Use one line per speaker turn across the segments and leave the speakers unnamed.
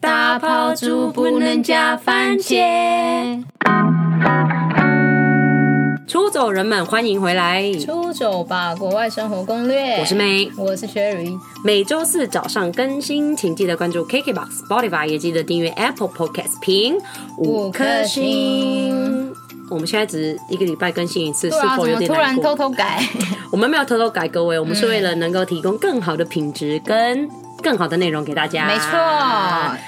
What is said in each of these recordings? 打抛猪不能加番茄。
出走人们，欢迎回来，
出走吧，国外生活攻略。
我是，May，
我是 Cherry。
每周四早上更新，请记得关注 KKBox、Spotify，也记得订阅 Apple Podcast，评
五颗星。
我们现在只一个礼拜更新一次，
对
是
啊，
否
怎
有
么
点
突
难
然偷
过？
偷改？
我们没有偷偷改，各位，我们是为了能够提供更好的品质跟更好的内容给大家。
嗯没错，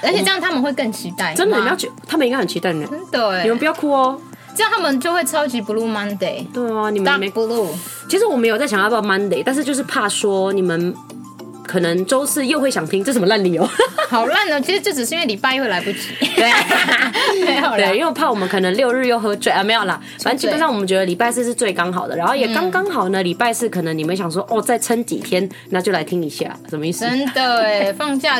而且这样他们会更期待。
啊真的，你
吗
们要去，他们应该很期待你们，
真的
你们
耶，
不要哭哦。
这样他们就会超级 Blue Monday。
对啊，你们
Dark
没。
Blue，
其实我们有在想要不要 Monday，但是就是怕说你们可能周四又会想听，这什么烂理由？
好烂哦！其实就只是因为礼拜一会来不及， 没有 啦
对，因为我怕我们可能六日又喝醉啊，没有啦，反正基本上我们觉得礼拜四是最刚好的，然后也刚刚好呢。礼拜四可能你们想说哦，再撑几天，那就来听一下，什么意思？
真的哎，放假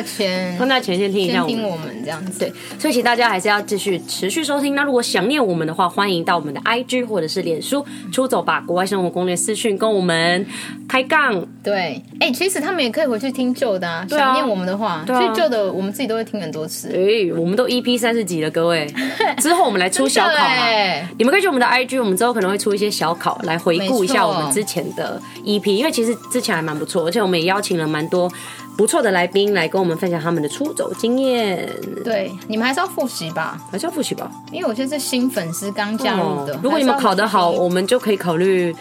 前
放在前先听一下我
先
们
听
的。
我们这样子。对，
所以请大家还是要继续持续收听。那如果想念我们的话，欢迎到我们的 IG 或者是脸书出走吧国外生活攻略私讯跟我们开杠。
对，哎、其实他们也可以回去听旧的啊，
啊
想念我们的话，
对啊
其实旧的我们自己都会听很多次。
诶、哎我们都 EP 三十集了，各位， 之后我们来出小考啦。
对，
你们可以去我们的 IG，我们之后可能会出一些小考来回顾一下
没错
我们之前的 EP，因为其实之前还蛮不错，而且我们也邀请了蛮多不错的来宾来跟我们分享他们的出走经验，
对，你们还是要复习吧，
还是要复习吧。
因为我现在是新粉丝刚加入的。
哦如果你们考得好，
还是要复习
我们就可以考虑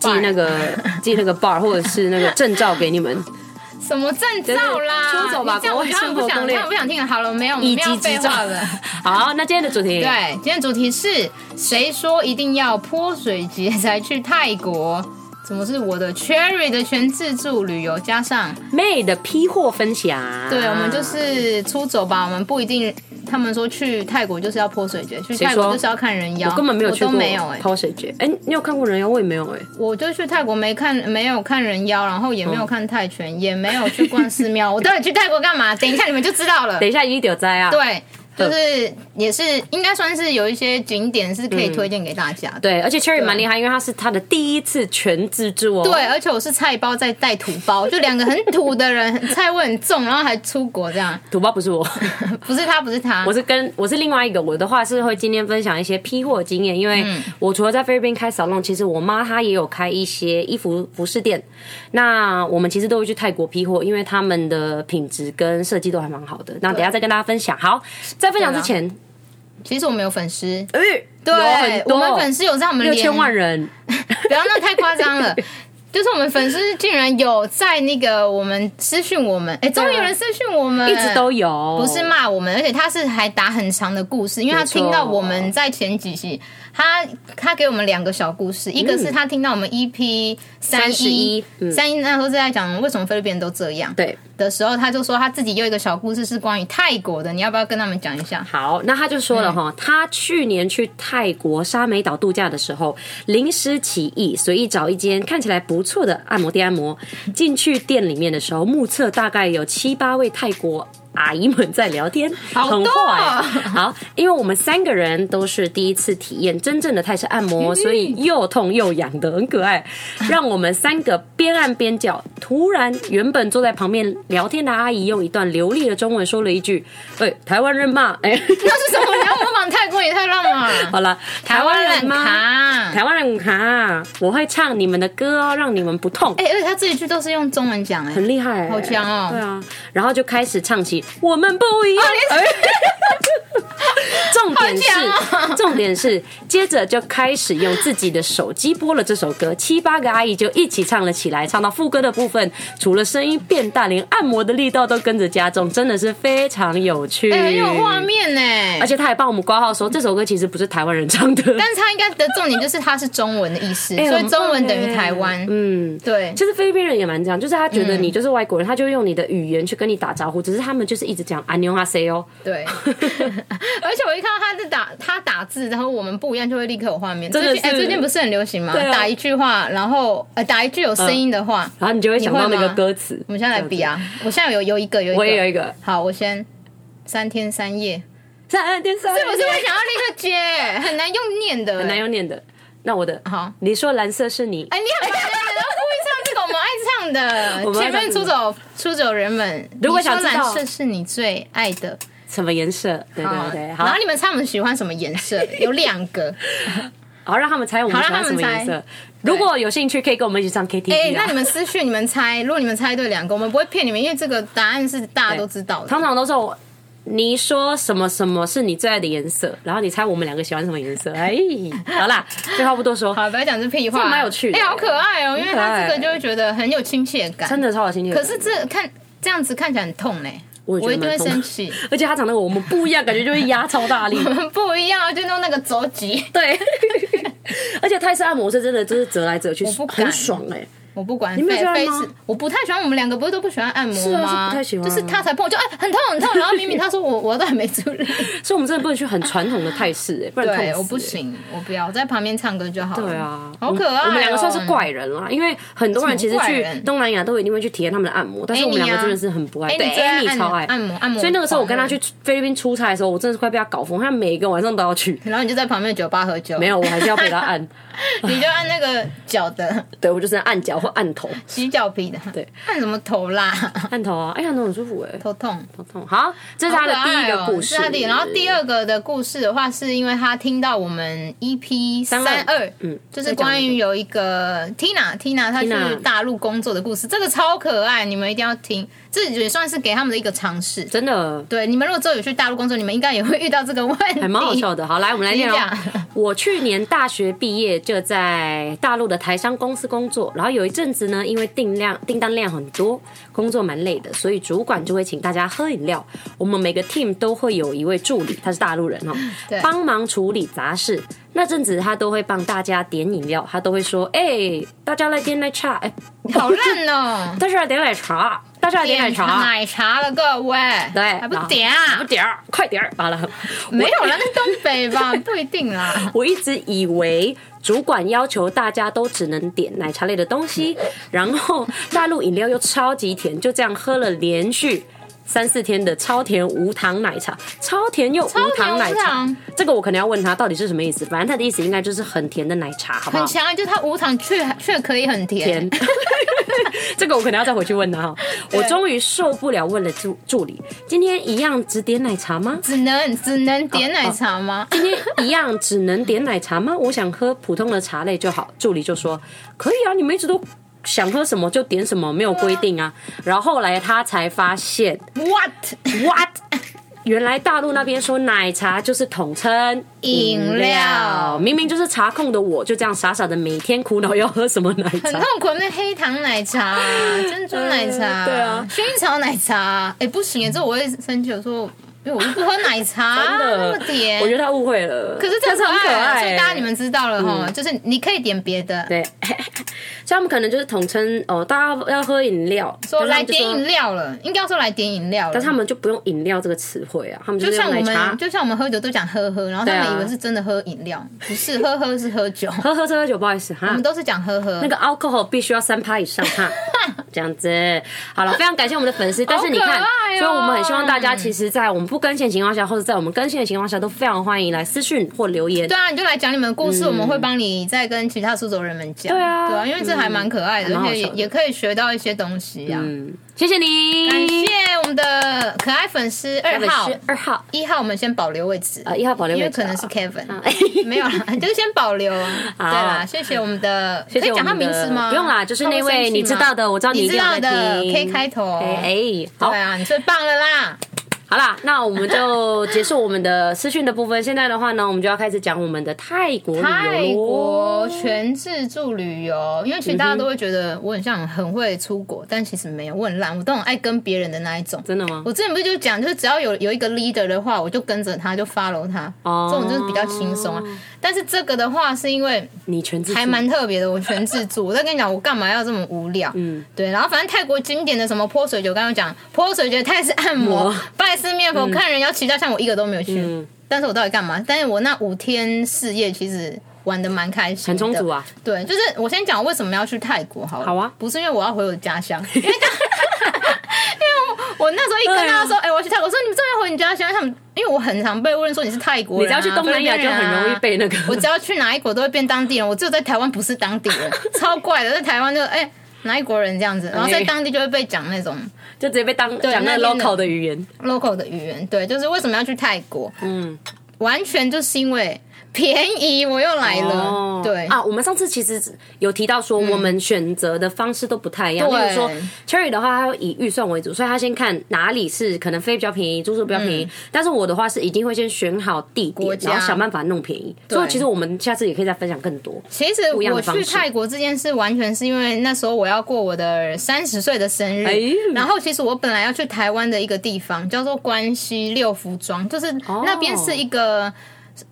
寄
Bar
那个寄那个 bar 或者是那个证照给你 们，
什么证照啦？
就是出走吧
你这样
国
我就不
外生活
想，
攻略
他们不想听了。好了，没有，我
以
们不
及
要
执
废
照
话了。。
好，那今天的主题
对，今天主题是谁说一定要泼水节才去泰国？怎么是我的 Cherry 的全自助旅游加上
妹的批货分享，
对，我们就是出走吧，我们不一定。他们说去泰国就是要泼水节，去
谁
泰国
说
就是要看人妖，
我根本没有去
啊
过
我都没有啊哎、
抛水节，哎、你有看过人妖？我也没有哎、
我就去泰国没看，没有看人妖，然后也没有看泰拳，
嗯
也没有去逛 寺庙，我到底去泰国干嘛？等一下你们就知道了
等。一下一定有灾啊！
对，就是也是应该算是有一些景点是可以推荐给大家的。
对，而且 Cherry 蛮厉害，因为他是他的第一次全自助哦。
对，而且我是菜包在带土 包，就两个很土的人，菜味很重，然后还出国 这样，
土包不是 我，
不是他，不是他
我，是跟我是另外一个。我的话是会今天分享一些批货经验，因为
嗯
我除了在菲律宾开 salon，其实我妈她也有开一些衣服服饰店。那我们其实都会去泰国批货，因为他们的品质跟设计都还蛮好的。那等一下再跟大家分享。好，在分享之前，
其实我们有粉丝，
呃，有很
啊对，
多
我们粉丝有在我们
六
脸
千万人，
不要那太夸张 了。就是我们粉丝竟然有在那个我们私讯我们，哎、终于有人私讯我们，
一直都有，
不是骂我们，而且他是还打很长的故事，因为
哦
他
没错
听到我们在前几期，他他给我们两个小故
嗯
事，一个是他听到我们 EP 三一
31嗯
三一那时候是在讲为什么菲律宾人都这样
对。
的时候，他就说他自己有一个小故事是关于泰国的，你要不要跟他们讲一 下？
好，那他就说了
嗯
哈，他去年去泰国沙美岛度假的时候，临时起意，随意找一间看起来不错的按摩店按摩。进去店里面的时候，目测大概有七八位泰国。阿姨们在聊天，
好
很
多啊
坏。好，因为我们三个人都是第一次体验真正的泰式按摩，所以又痛又痒的，很可爱。让我们三个边按边叫。突然，原本坐在旁边聊天的阿姨用一段流利的中文说了一句：“哎、台湾人嘛，哎、
那是什么？你要模仿泰国也太浪漫了，
好了，台湾人吗？
卡。
台湾人卡，我会唱你们的歌哦，让你们不痛。
哎、而且他这一句都是用中文讲、哎，
很厉害、
好强哦
对啊，然后就开始唱起“我们不一样”哎重点是，
啊
重点是，接着就开始用自己的手机播了这首歌，七八个阿姨就一起唱了起来，唱到副歌的部分，除了声音变大，连按摩的力道都跟着加重，真的是非常有趣，
哎、很有画面呢、哎
而且他还帮我们挂号说，这首歌其实不是台湾人唱 的，
但是他应该的重点就是它是中文的意思，
哎
所以
很
中文
棒
等于
哎
台湾。
嗯，
对，
其实菲律宾人也蛮这样，就是他觉得
嗯
你就是外国人，他就用你的语言去跟你打招呼，只是他们就是一直讲安妞哈 say 哦，
对，而且我一看到他是打他打字，然后我们不一样就会立刻有画面。
真的
最近哎、
是
最近不是很流行吗？
对啊嗯
打一句话，然后呃打一句有声音的话。
然后你就会想到那
你
个
会吗
歌词。
我们现在来比啊！我现在有有一个有一个，
我也有一个
好，我先三天三夜，
三点三，
是不是我想要立刻接？很难用念的、
很难。用念的？那我的
好
你说蓝色是你，
哎、你很烦，你都故意唱这个我们爱唱 的。
我们爱
前
唱
面出走出走人们，
如果想
你说
知道
蓝色是你最爱的，
什么颜色？对对对，好
然，后你们猜我们喜欢什么颜色？有两个。
好让他们猜我们
好
喜
让
欢什么
他们
颜
猜
色。如果有兴趣，可以跟我们一起上 KTV 啊。
哎、那你们私讯，你们猜，如果你们猜对两个，我们不会骗你们，因为这个答案是大家都知道的。
通常都是我你说什么什么是你最爱的颜色，然后你猜我们两个喜欢什么颜 色。哎，好啦，这话不多说，
好，不要讲这屁话，
这蛮有趣的
哎、好可爱哦、因为
很可爱
他这个就会觉得很有亲切感。
真的超有亲切感。
可是这看这样子看起来很痛嘞，
我也
我
觉
一定
得
会
蛮痛的
生气。
而且他长得跟我们不一样，感觉就会压超大力。
不一样，就弄那个肘击，
对， 而且泰式按摩是真的，就是折来折去，
我不敢
很爽哎、
我不管。
你没有
非
觉得
非
吗
是我不太喜欢，我们两个不是都不喜欢按摩吗？
是啊是不太喜欢啊
就是他才碰我就哎、很痛很痛，然后明明他说我我都还没 注意，
所以我们真的不能去很传统的泰式 哎、不然痛死、
对，我不。行，我不要，我在旁边唱歌就好了。
对啊，
好可爱哦、
我们两个算是怪人啦，因为很多人其实
什么怪
去
人
东南亚都一定会去体验他们的按摩，但是我们
Annie 啊
两个真的是很不爱。
Annie
对
最爱
，Annie 超爱
按摩按摩
所以那个时候我跟他去菲律宾出差的时候，我真的是快被他搞疯，他每个晚上都要去。
然后你就在旁边的酒吧喝酒，
没有，我还是要 被他按，
你就按那个脚 的
对我就是按脚或按头，
洗脚皮的，
对，
按什么头啦，
按头啊，哎呀，那很舒服哎，
头痛。
头痛。好，这是他的第一个故事，
好可爱哦是他第一个然后第二个的故事的话，是因为他听到我们 EP 三二，
嗯
就是关于有一个 Tina Tina 她
Tina
去大陆工作的故事，这个超可爱，你们一定要听，这也算是给他们的一个尝试。
真的
对，你们如果之后有去大陆工作，你们应该也会遇到这个问题，
还蛮好笑的。好，来，我们来念哦
你讲。
我去年大学毕业就在大陆的台商公司工作，然后有一阵子呢，因为订量订单量很多，工作蛮累的，所以主管就会请大家喝饮料。我们每个 team 都会有一位助理，他是大陆人哦
对，
帮忙处理杂事。那阵子他都会帮大家点饮料，他都会说：“哎、大家来点奶茶，哎、
好烂哦、
大家来点奶茶，大家来点奶 茶。”
奶茶了，各位，
对，
还不点
还
啊
不？点儿，快点儿！好了，我
没有啦，那东北 吧，不一定啊啦。
我一直以为主管要求大家都只能点奶茶类的东 西，然后大陆饮料又超级甜，就这样喝了连续。三四天的超甜无糖奶茶，超甜又无糖奶
超甜无
茶
糖，
这个我可能要问他到底是什么意思。反正他的意思应该就是很甜的奶茶，好不好
很？强啊，就是它无糖却却可以很甜，
甜， 这个我可能要再回去问他哈。我终于受不了，问了助助理，今天一样只点奶茶吗？
只能只能点奶茶吗？
今天一样只能点奶茶吗？我想喝普通的茶类就好。助理就说可以啊，你们一直都想喝什么就点什么，没有规定啊。然后后来他才发现
What？
哦，what？原来大陆那边说奶茶就是统称
饮料
明明就是茶控的我，就这样傻傻的每天苦恼要喝什么奶
很
茶
痛。苦，那黑糖 奶茶、珍珠奶茶、
呃对啊
薰衣草奶茶，哎、不行哎，这我会生气，我说，因为我就不喝奶茶，
真的，
那么甜
我。觉得他误会了。
可是这
但
样
很可爱，嗯
所以大家你们知道了哈、就是你可以点别的，
对， 所以他们可能就是统称哦，大家要喝饮料，
说
但他
来
们就
点饮料了，应该要说来点饮料了
但。他们就不用饮料这个词汇啊，他们就
就是像
用
我
奶
们，
茶。
就像我们喝酒都讲喝喝，然后他
对啊
们以为是真的喝饮料，不是喝喝是喝酒，
喝喝这喝酒，不好意思
我
哈
们，都是讲喝喝。
啊那个 alcohol 必须要三趴以上 哈，这样子。好了，非常感谢我们的粉丝，但是你看，
好可爱哦
所以我们很希望大家，其实，在我们不更新的情况下，或者在我们更新的情况下，都非常欢迎来私讯或留言。
对啊，你就来讲你们的故事，我们会帮你再跟其他苏州人们讲。
对啊
对啊，因为这还蛮可爱的，
嗯还
而
蛮好笑
且也
的
也可以学到一些东西啊。
嗯，谢谢你，
感谢我们的可爱粉丝二号、
二号，
一号，我们先保留位置，
呃，一号保留
因
位
为
置啊
可能是 Kevin，
啊
没有啦，就是先保留。对啦，谢谢我们的，
谢谢
可以
我
讲他
们的
名字吗？
不用啦，就是那
他会生
位
气吗
你知道的，我知道一
你
定
知
有
道
在
的
听
K 开头。
哎，哎，好
对，啊，你最棒了啦！
好啦，那我们就结束我们的私讯的部分。现在的话呢，我们就要开始讲我们的泰国旅
泰
游咯
国全自助旅游，因为其实大家都会觉得我很像很会出国，但其实没有，我很烂，我都很爱跟别人的那一种。
真的吗？
我之前不是就讲，就是只要有有一个 leader 的话，我就跟着他，就 follow 他，
哦
这种就是比较轻松啊。但是这个的话，是因为
你全自助
还蛮特别的，我全自助。我在跟你讲，我干嘛要这么无聊？嗯，对。然后反正泰国经典的什么泼水节，我刚刚讲泼水节、泰式按摩、拜四面佛、看人妖祈祷，像我一个都没有去。
嗯
但是我到底干嘛？但是我那五天四夜其实玩的蛮开心，
很充足。啊，
对，就是我先讲我为什么要去泰国好了。
好啊
不是因为我要回我的家乡， 因为因为我我那时候一跟大 家说，哎、我要去泰国，我说你们真的要回你家乡？他们因为我很常被问说你是泰国
你
人、
只
啊，
要去东南亚
菲
就
律宾人啊
很容易被那 个。
我只要去哪一国都会变当地人，我只有在台湾不是当地人，超怪的。在台湾就哎、哪一国人这样子，然后在当地就会被讲那种
就直接被当讲那
那边的
local 的语言。
local 的语言。对，就是为什么要去泰国？嗯，完全就是因为便宜，我又来了。
哦，
对嗯
啊，我们上次其实有提到说，我们选择的方式都不太一样。例
对
如说，Cherry 的话，他会以预算为主，所以他先看哪里是可能飞比较便宜，住宿比较便宜。但是我的话是一定会先选好地
嗯国
点，
家
然后想办法弄便宜。所以其实我们下次也可以再分享更多。
其实
一样
我
的方式
去泰国这件事，完全是因为那时候我要过我的三十岁的生日。
哎
然后其实我本来要去台湾的一个地方叫做关西六福庄，就是
哦
那边是一个。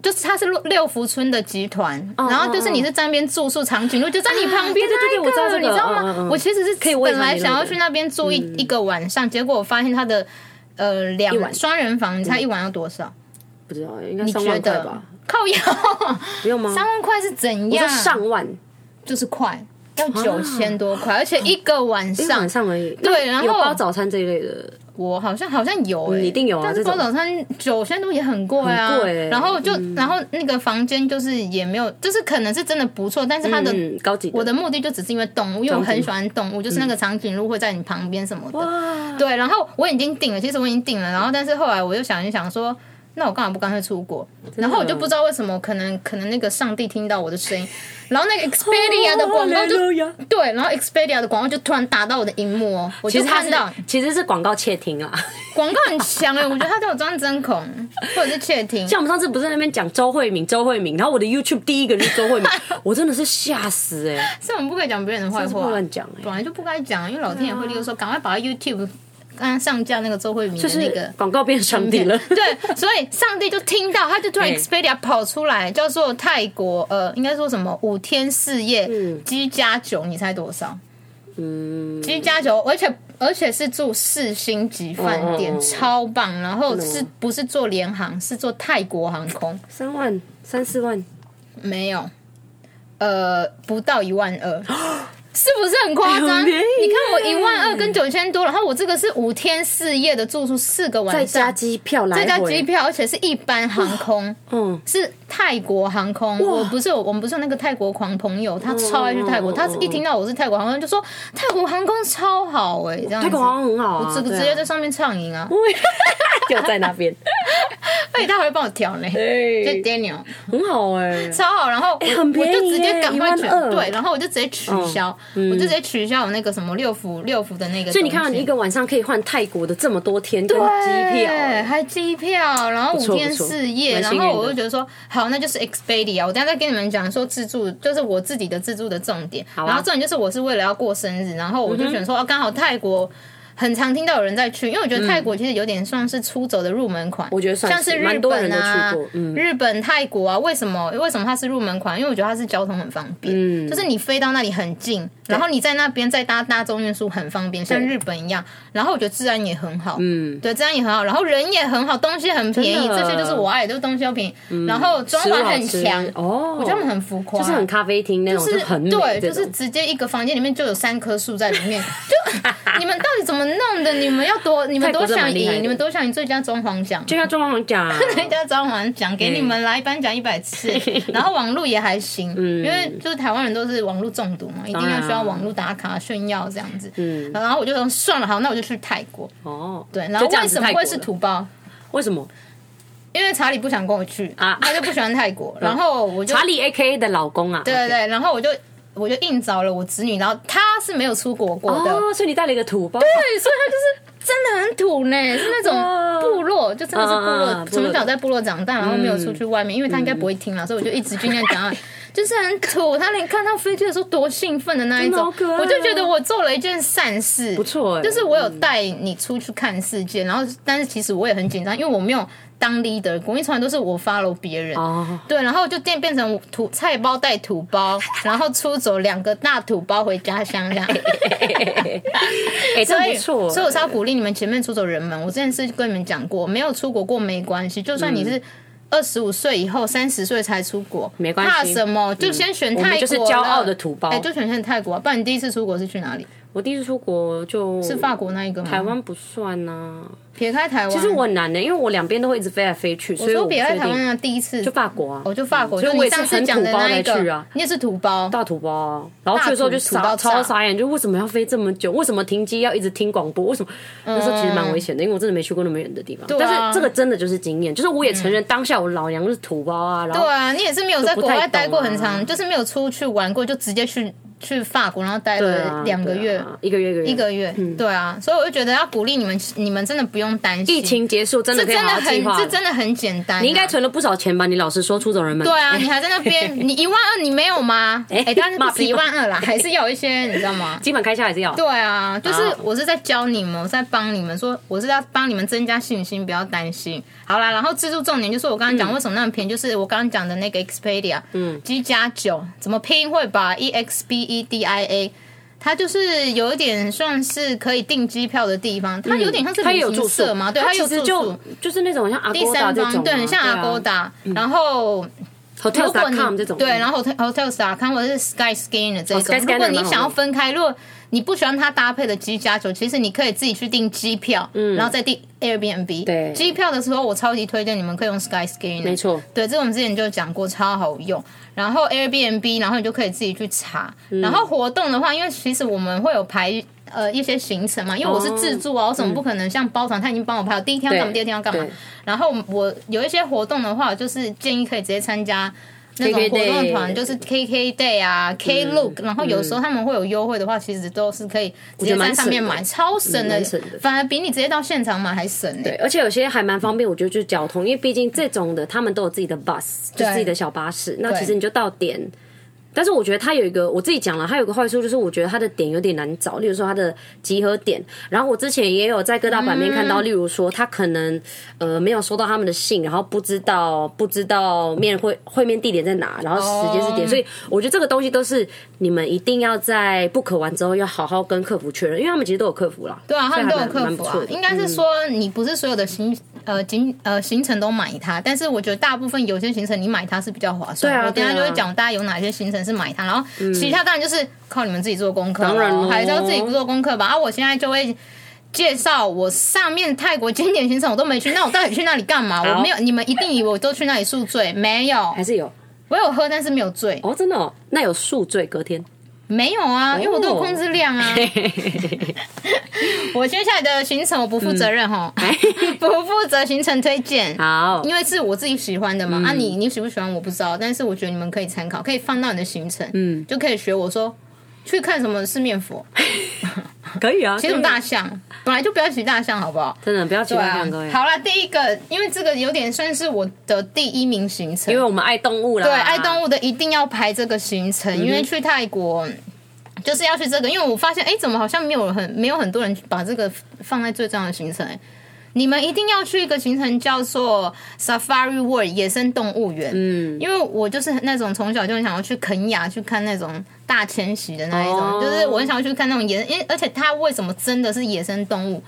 就是它是六六福村的集团，然后就是你是在那边住宿长颈鹿，就在你旁边
对哦对对
那一
我知道
个，
这
你
个
知道
嗯嗯
吗
嗯？
我其实是
可以我也
本来想要
常
去
去
那边住一一个晚上，结果我发现它的呃两
嗯晚
双人房，你猜一晚要多少？
不知道，应该
你
三
觉
万块
得
吧？？
靠腰
不用吗？
三万块是怎
我
样？
说上万，
就是快，要九千多块，而且一个晚
啊哦一晚
上，
上而已。
对然后
有包早餐这一类的，
我好像好像有、欸，
你一定有啊
但是
这种
包早餐九千多也很贵啊，
很贵欸
然后就、然后那个房间就是也没有，就是可能是真的不错，但是它的、
嗯，高级
我的目的就只是因为动物，因为我很喜欢动物，就是那个长颈鹿会在你旁边什么的。
哇，
对，然后我已经定了，其实我已经定了，然后但是后来我就想一想说。那我干嘛不干脆出国？然后我就不知道为什么，可能可能那个上帝听到我的声音，然后 那个 Expedia 的广告就
就
对，然后 Expedia 的广告就突然打到我的荧幕哦，我
其
就
实他
看
是
到
其实是广告窃听啊。
广告很强 哎、我觉得他对我装针孔或者是窃 听，
像我们上次不是在那边讲周慧敏，周慧敏，然后我的 YouTube 第一个就是周 慧敏，我真的是吓死哎、欸，
所以我们不可以讲别人的坏
真是不
话
能，乱讲哎，
本来就不该讲，因为老天也会利用说，赶快把 YouTube 刚刚上架那个周慧敏
就
的那
是
个。。
广告变上帝了
对，所以上帝就听到，他就突然
哎
Expedia 跑出来，叫做泰国，呃，应该说什么五天四夜居家酒，你猜多少？
嗯，
居家酒，而且而且是住四星级饭店，
哦哦哦
超棒。然后是不是坐联航？是坐泰国航空？
三万三四万，
没有，呃，不到一万 二。是不是很夸
哎
张？
很
你
便宜耶
看我一万二跟九千多，然后我这个是五天四夜的住宿，四个晚
再
上，
加机票来
再
回，
加机票，而且是一班 航空，
嗯，
是泰国航空。我不是我们不是有那个泰国狂朋友，他超爱去泰
嗯
国，
嗯嗯
他是一听到我是泰国航空就说泰国航空超好哎、这样子
哦泰国好像很好啊，
这个
对啊
直接在上面畅饮 啊，
就在那 边，
哎，他还会帮我调呢，就
对，
Daniel
很好哎、
超好，然后我
哎很便宜
我就直接赶快
耶
取
12,000
对，然后我就直接取消，我就直接取消我那个什么六福六福的那个
哦嗯
东西，
所以你看，啊一个晚上可以换泰国的这么多天跟机
对
票、
还机票，然后
错
五
不
天
错
四夜，
蛮
然
幸运
后
的
我就觉得说，好，那就是 Expedia。我等一下再跟你们讲说自助，就是我自己的自助的重点。
啊嗯
然后重点就是我是为了要过生日，然后我就选说，哦刚、好泰国。很常听到有人在去，因为我觉得泰国其实有点算是出走的入门款，
我觉得算
像
是
是日
蛮多人
本
都去
啊
过、嗯
日本、泰国啊，为什么为什么它是入门款？因为我觉得它是交通很方便，
嗯
就是你飞到那里很近，然后你在那边再搭大众运输很方便，像日本一样。然后我觉得治安也很好，
嗯，
对，治安也很好，然后人也很好，东西很便宜，
真的
这些就是我爱的，都东西要便宜，然后装
食物
潢
好
很
吃
强，
哦，
我觉得他们很浮夸，
就是很咖啡厅那种，
就是
很美
对，
这
就
种
是直接一个房间里面就有三棵树在里面，就 你们到底怎么弄的？你们要多，你们
泰国
多
真的
想
蛮厉害的
赢，你们多想赢最佳装潢奖。
就像中王 讲，
最佳装潢奖给你们来颁奖一 百次，然后网络也还行，因为就是台湾人都是网络中毒嘛，一
嗯
定
当然啊
要需要网络打卡炫耀这样子。然后我就说算了，好，那我就去泰国。
哦，
对，然后
就这样
为
子
什么
泰国
会
了
是土包？
为什么？
因为查理不想跟我去
啊嗯
他就不喜欢泰国，然后我就
查理 A K A 的老公啊，
对对对，然后我就我就硬找了我侄女，然后她是没有出国过的，
哦，所以你带了一个土包，
对，所以她就是真的很土 呢，是那
哇
种部落，就真的是
嗯嗯
部
嗯部
落，
落嗯
从小在部落长大，然后没有出去外面，因为她应该不会听啦，所以我就一直尽量讲啊。 就是很土，她连看到飞机的时候多兴奋的那一
真的好
种，
可爱哦
我就觉得我做了一件善事，
不错哎，
就是我有带你出去看世界，然后但是其实我也很紧张，因为我没有当 leader，国民从来都是我 follow 别人。
哦，
对，然后就变变成土菜包带土包，然后出走两个大土包回家 乡这样。
哎，这
所
不
以，
错，
所以我是要鼓励你们前面出走人们。我之前是跟你们讲过，没有出国过没关系，就算你是二十五岁以后、三十岁才出国，
嗯没关系嗯
怕什么？就先选
我
泰
们
国了，
就
哎
是骄傲的土包
哎，就选选泰国啊。不然你第一次出国是去哪里？
我第一次出国就是
法国那一个吗？
嗯台湾不算呐、
撇开台湾，
其实我很难的、因为我两边都会一直飞来飞去，所以
说
我不
撇开
确
台湾
定。
的第一次
就，法国啊，
我就法国，
所以
就
我也
你
是
上次
很土
讲的
包
那
来
一
去
个
啊，，
你也是土包，
大土包啊。然后去的时候就
大
傻
土土包
超
炸
傻眼，就为什么要飞这么久？为什么停机要一直听广播？为什么？那时候其实蛮危险的，因为我真的没去过那么远的地方。
嗯啊
但是这个真的就是经验，就是我也承认当下我老娘是土包啊，然后
对啊，你也是没有在
就
国
不太
外
懂
待过
啊
很长，就是没有出去玩过，就直接去去法国，然后待
对啊
了呃两个
对
月。
啊一个月一个月
一个月，
嗯
对啊，所以我就觉得要鼓励你们，你们真的不用担心，
疫情结束真的可
这
以
真的
好好计
很，
划
这。真的很简单啊、
你应该存了不少钱吧？你老实说，出走人们。
对啊，你还在那边，你一万二你没 有吗？哎、但是不
骂
止一
屁话
万二啦，还是要有一些，你知道吗？
基本开销还是要。
对啊，就是我是在教你们，我在帮你们说，我是要帮你们增加信心，不要担心。好啦，然后自助重点就是我刚刚
嗯
讲为什么那么便宜，就是我刚刚讲的那个 Expedia，嗯，G 加九怎么拼会把 E X B E D I A。它就是有一点算是可以订机票的地方，它有点像
嗯
是
他也
旅
有住
行
宿
社嘛，对，它
他
有
其实
住
就
宿，
就是那种像
第
Agoda
三
这种
方
啊，嗯
对，很像 Agoda，然后如果你
Hotels.com 这种，嗯
对，然后 hotel hotels.com 或者是 Sky Scanner 这
哦
种，
Skyscanner
如果你
蛮好
想要
的
分开，如果你不喜欢它搭配的机加酒，其实你可以自己去订机票，然后再订
嗯
Airbnb。
对
机票的时候我超级推荐你们可以用 Sky Scanner，
没错
对，这个我们之前就讲过，超好用。然后 Airbnb，然后你就可以自己去查。
嗯
然后活动的话，因为其实我们会有排。呃，一些行程嘛，因为我是自助啊，我怎么不可能像包团？他已经帮我排好第一天要干
哦嗯
嘛，
对
第二天要干嘛
对？
然后我有一些活动的话，我就是建议可以直接参加那种
KK
活动
day 嗯
团，就是 KK Day 啊、K Look，然后有时候他们会有优惠的话，其实都是可以直接在上面买，
我觉得蛮省的嗯
超省的
蛮省的，
反而比你直接到现场买还省欸
对
嘞。
而且有些还蛮方便，我觉得就是交通，因为毕竟这种的他们都有自己的 bus，就
对
自己的小巴士。那
对
其实你就到点，但是我觉得它有一个我自己讲了，它有个坏处就是我觉得它的点有点难找，例如说它的集合点。然后我之前也有在各大版面看到，
嗯
例如说他可能呃没有收到他们的信，然后不知道不知道面会会面地点在哪，然后时间是点，
哦
所以我觉得这个东西都是你们一定要在 book 完之后要好好跟客服确认，因为他们其实都有客服啦，
对啊，他们都有
所以还
客
蛮
服
蛮
啊
不错。的嗯
应该是说你不是所有的行呃行呃行程都买它，但是我觉得大部分有些行程你买它是比较划算。
对啊
我等一下
对
就
啊嗯
会讲大家有哪些行程是买它，然后其他当然就是靠你们自己做功课咯，
当然咯
还是要自己做功课吧。啊，我现在就会。介绍我上面泰国经典行程我都没去，那我到底去那里干嘛？
好
我没有，你们一定以为我都去那里宿醉，没有
还，是有。
我有喝，但是没有醉，
哦，真的、哦，那有宿醉隔天，
没有啊，因为我
哦
都有控制量啊。我接下来的行程我不负责任哈，
嗯
不负责行程推荐。
好，
因为是我自己喜欢的嘛，啊你你喜不喜欢我不知道，但是我觉得你们可以参考，可以放到你的行程，嗯，就可以学我说去看什么四面佛，
可以啊，
骑什
真的
么大 象，本来就不要骑大象好不好？
真的不要期
对
待
啊
两个，
好啦，第一个，因为这个有点算是我的第一名行程
因，为我们爱动物啦，
对，爱动物的一定要排这个行
嗯
程，因为去泰国就是要去这个，因为我发现，哎、怎么好像没有很没有很多人把这个放在最重要的行程、诶你们一定要去一个行程叫做 Safari World 野生动物园，嗯，因为我就是那种从小就很想要去肯雅去看那种大迁徙的那一种，
哦
就是我很想要去看那种野，因为而且它为什么真的是野生动物？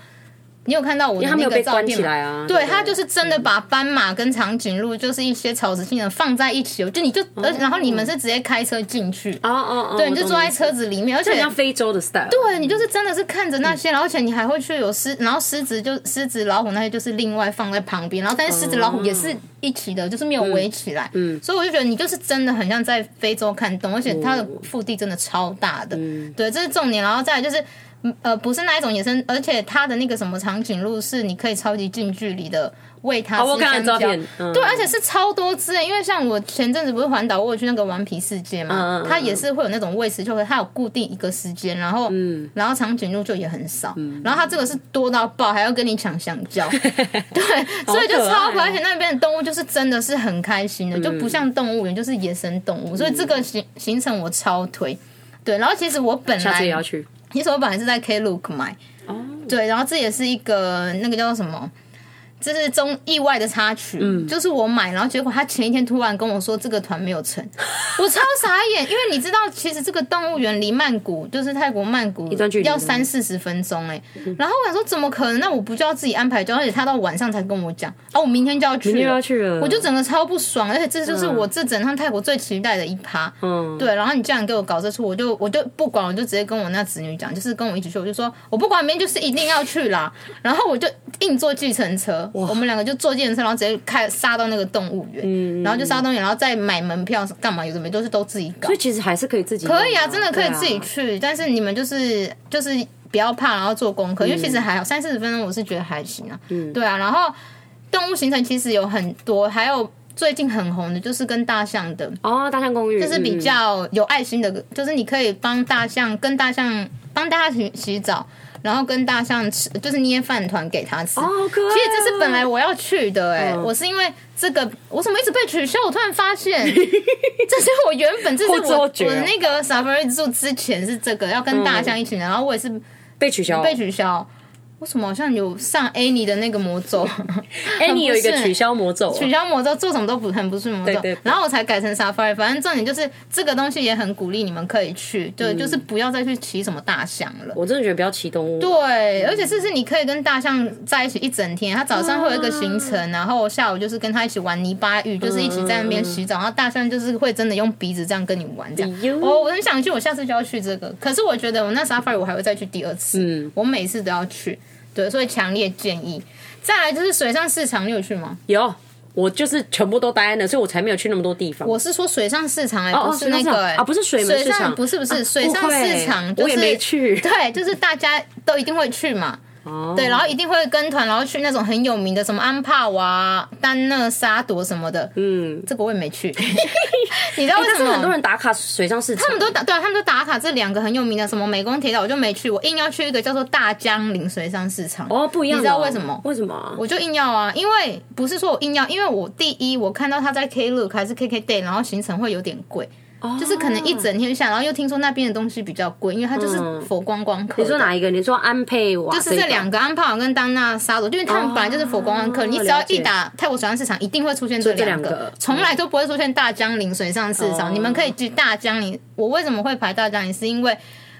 你有看到我的
因为它没
那
有
个
被
照
关
片
起
吗？
来啊，
对，
不
他就是真的把斑马跟长颈鹿，就是一些草食性的放在一起哦，就你就，而然后你们是直接开车进去，
哦哦哦，
对，
我
你就
懂
坐在
意思，
车子里面，而
很
且
像非洲的 style，
对啊你就是真的是看着那些，然后而且你还会去有狮，然后狮子就狮子、老虎那些就是另外放在旁边，然后但是狮子、老虎也是一起的，就是没有围起来，嗯，所以我就觉得你就是真的很像在非洲看动物，而且它的腹地真的超大的，对，这是重点，然后再来就是。嗯呃，不是那一种野生，而且它的那个什么长颈鹿是你可以超级近距离的喂它
哦我
吃
看了
香
照
蕉，
片，嗯
对，而且是超多只的，欸因为像我前阵子不是环岛，我有去那个顽皮世界嘛
嗯嗯，嗯
它也是会有那种喂食就会，它有固定一个时间，然后，
嗯
然后长颈鹿就也很少，然后它这个是多到爆，还要跟你抢香 蕉，对，所以就超可
好可爱
爱，
哦嗯
而且那边的动物就是真的是很开心的，就不像动物园，就是野生动物，所以这个行行程我超推，对，然后其实我本
下次也
来
要去，
其实我本来是在 Klook 买，
哦
对，然后这也是一个那个叫做什么？这是中意外的插曲，
嗯
就是我买，然后结果他前一天突然跟我说这个团没有 成，我超傻眼，因为你知道，其实这个动物园离曼谷就是泰国曼谷
段距离嗯
要三四十分钟哎、然后我想说怎么可能？那我不就要自己安排就好？而且他到晚上才跟我讲，啊，我明天就要去了，
天就要去了
我就整个超不爽，而且这就是我这整趟泰国最期待的一趴，
嗯，
对，然后你竟然给我搞这出，我就我就不管，我就直接跟我那子女讲，就是跟我一起去，我就说我不管，明天就是一定要去啦。然后我就硬坐计程车，我们两个就坐计程车，然后直接开杀到那个动物园，
嗯
然后就杀到动物园，然后再买门票干嘛，有的没都是都自己搞
所以。其实还是可以自己弄啊，
可以啊，真的可以自
对
己
啊
去，但是你们就是就是不要怕，然后做功课，因为
嗯
其实还好，三四十分钟我是觉得还行啊。对啊，然后动物行程其实有很多，还有最近很红的就是跟大象的，
哦，大象公寓
就是比较有爱心的，就是你可以帮大象跟大象帮大象洗洗澡，然后跟大象吃，就是捏饭团给它吃。
哦，好可爱哦。
其实这是本来我要去的哎、
嗯
我是因为这个，我怎么一直被取消？我突然 发现，这是我原本这是
后
我
知后觉
我那个 Safari Zoo 之前是这个要跟大象一
嗯
起的，然后我也是
被取消，
被取消。为什么好像有上 Annie 的那个魔咒？
哎，你有一个
很不是
取消魔咒啊，
取消魔咒，做什么都不很不是魔咒。
对对对
然后我才改成 safari，反正重点就是这个东西也很鼓励你们可以去，对，就是不要再去骑什么大象
嗯
了。
我真的觉得不要骑动物，
对，而且这是你可以跟大象在一起一整天，它早上会有一个行程，
啊
然后下午就是跟它一起玩泥巴浴，就是一起在那
嗯
边洗澡，然后大象就是会真的用鼻子这样跟你玩这样。哦
哎呦
我我很想去，我下次就要去这个，可是我觉得我那 safari 我还会再去第二次，
嗯
我每次都要去，对，所以强烈建议。再来就是水上市场，你有去吗？
有，我就是全部都待在那，所以我才没有去那么多地方。
我是说水上市场哎、
哦哦
不是那个
水上
哎、
市场啊不是水门市
水
场
上不是不是、
啊
水上市场、
不
就
会
是，
我也没去
对，就是大家都一定会去嘛，
哦
对，然后一定会跟团，然后去那种很有名的什么安帕瓦、丹那沙朵什么的，
嗯，
这个我也 没去，你知道
哎
为
但是
什么？
很多人打卡水上市场，
他们都打对啊、他们都打卡这两个很有名的什么美工铁道，我就没去，我硬要去一个叫做大江林水上市场。
哦不一样的哦，
你知道为什么
为什么啊？
我就硬要啊，因为不是说我硬要，因为我第一我看到他在 Klook 还是 KKday，然后行程会有点贵，
哦
就是可能一整天下，然后又听说那边的东西比较贵，因为它就是
嗯
佛观光客。
你说？哪一个？你说安佩瓦
就是这两个安帕尔跟当纳沙罗，因为他们本来就是佛观光客，
哦
你只要
了解
一打泰国水上市场，一定会出现这两
就这两个
从来都不会出现大江林水上市场。
哦
你们可以去大江林，我为什么会排大江林，是因为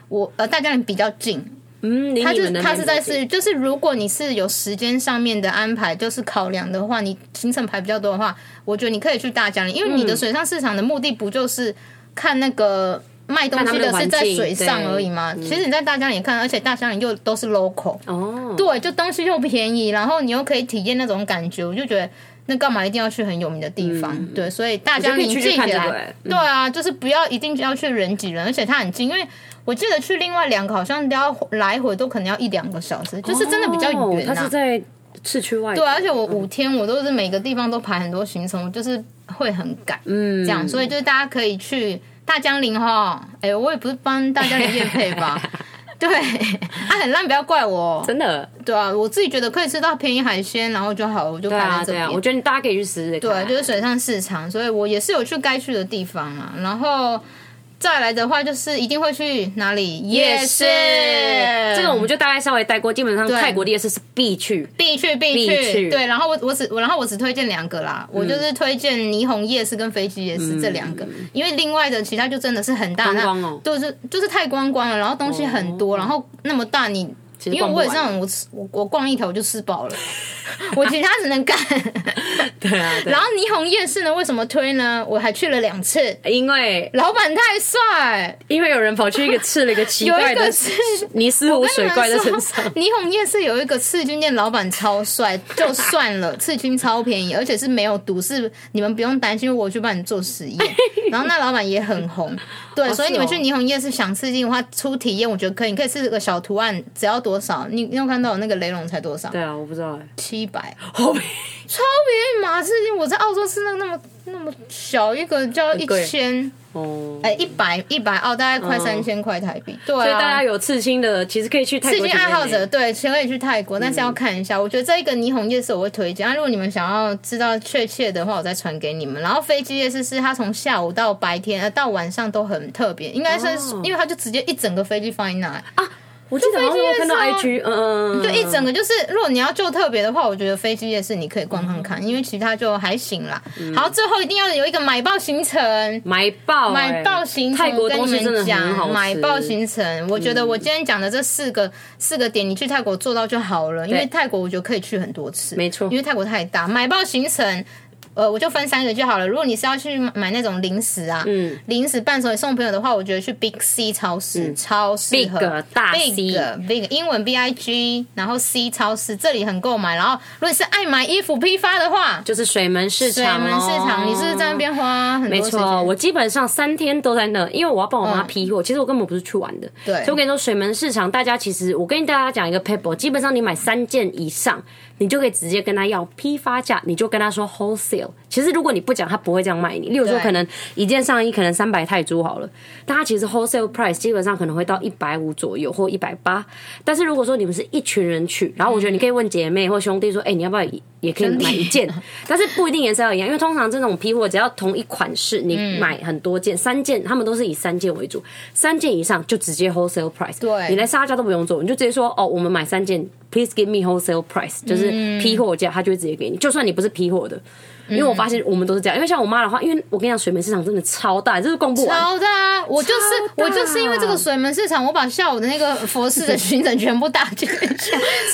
我呃大江林比较近，
嗯，离
他
你
就
们
是
的
他是在
市
是就是如果你是有时间上面的安排，就是考量的话，你行程排比较多的话，我觉得你可以去大江里，因为你的水上市场的目的不就是看那个卖东
看
西
他们的
的
环
是
境
在水上而已吗？其实你在大江里也看，而且大江里又都是 local，
哦，
对，就东西又便宜，然后你又可以体验那种感觉，我就觉得。那干嘛一定要去很有名的地方？对，所以大
嗯觉得
家
可以
宁
去
静
去
起
看这个
来
欸，
对啊，就是不要一定要去人挤人，而且它很近，因为我记得去另外两个好像都要来回都可能要一两个小时，就是真的比较
哦
远
它是
啊。
在市区外的，
对啊，而且我五天我都是每个地方都排很多行程，我就是会很赶，嗯，这样，所以就是大家可以去大江林哈，哎、我也不是帮大江林夜配 吧，对，啊很烂，不要怪我，
真的
对啊，我自己觉得可以吃到便宜海鲜，然后就好了，我就
对
排
啊
在这
对
边。
啊，我觉得你大家可以去试试看，
对，啊就是水上市场，所以我也是有去该去的地方啊。然后再来的话，就是一定会去哪里
夜
市，
市，这个我们就大概稍微带过，基本上泰国的夜市是必去。
必去必
必去嗯
去。对，然后我我只我然后我只推荐两个啦，我就是推荐霓虹夜市跟飞机夜市这两个，因为另外的其他就真的是很大，
嗯观光
那
哦
就是就是太观光了，然后东西很多，然后那么大你。
其实
因为
逛不
我
完
也是那种，我吃我我逛一条就吃饱了，我其他只能干。
对 啊，对
然后霓虹夜市呢，为什么推呢？我还去了两次，
因为
老板太帅，
因为有人跑去一个刺了一个奇
有
怪
一
的
个是。
尼斯湖水怪在
我跟你
身
们
上
说，霓虹夜市有一个刺菌店，老板超帅，就算了，刺菌超便宜，而且是没有毒，是你们不用担心，我去帮你做实验。然后那老板也很红，对，
哦
所以你们去霓虹夜市想刺激的话，出体验我觉得可以，你可以试个小图案，只要多少？你你有看到我那个雷龙才多少？
对啊，我不知道哎、
七百，
后面
超便宜嘛！刺激我在澳洲吃那个那么那么小一个就要一
贵
千。
哦，
哎，一百一百澳大概快三千块台币，对啊，
所以大家有刺青的，其实可以去泰
刺
国
激
体验
爱好者
欸，
对，其实可以去泰国，但是要看一下。我觉得这一个霓虹夜市我会推荐，啊、如果你们想要知道确切的话，我再传给你们。然后飞机夜市是它从下午到白天，呃，到晚上都很特别，应该是、因为它就直接一整个飞机放在那，
啊，我记得好像我看到 IG，嗯嗯，
就一整个就是，如果你要就特别的话，我觉得飞机夜市你可以逛看看，因为其他就还行啦。好，最后一定要有一个买爆行程。
买爆欸
买爆行程，
泰国
我跟
东西
你
真的
们
很好吃嗯
讲，买爆行程，我觉得我今天讲的这四个四个点，你去泰国做到就好了，因为泰国我觉得可以去很多次，
没错
因为泰国太大，买爆行程。呃，我就分三个就好了。如果你是要去买那种零食啊，嗯，零食伴手礼送朋友的话，我觉得去 Big C 超市、超适合
嗯 Big，大 C
Big Big 英文 B I G，然后 C 超市这里很购买。然后，如果你是爱买衣服批发的话，
就是水门市
水
场、哦，
门市场，你是不是在那边花很多
没
时间嗯
错，我基本上三天都在那，因为我要帮我妈批货。其实我根本不是去玩的，
对
所以我跟你说，水门市场大家其实，我跟大家讲一个 paper，基本上你买三件以上，你就可以直接跟他要批发价，你就跟他说 wholesale。其实如果你不讲，他不会这样卖你。例如说，
对
可能一件上衣可能三百泰铢好了，但他其实 wholesale price 基本上可能会到一百五左右或一百八。但是如果说你们是一群人去，然后我觉得你可以问姐妹或兄弟说，哎、你要不要也也可以买一件？但是不一定颜色要一样，因为通常这种批货只要同一款式，你买很多件，三件他们都是以三件为主，三件以上就直接 wholesale price。
对
你来杀价都不用做，你就直接说哦，我们买三件，please give me wholesale price，就是
嗯
批货价，他就会直接给你，就算你不是批货的。因为我发现我们都是这样，因为像我妈的话，因为我跟你讲，水门市场真的超大，就是逛不完。
超大啊！我就是
超大
我就是因为这个水门市场，我把下午的那个佛寺的行程全部搭进去，所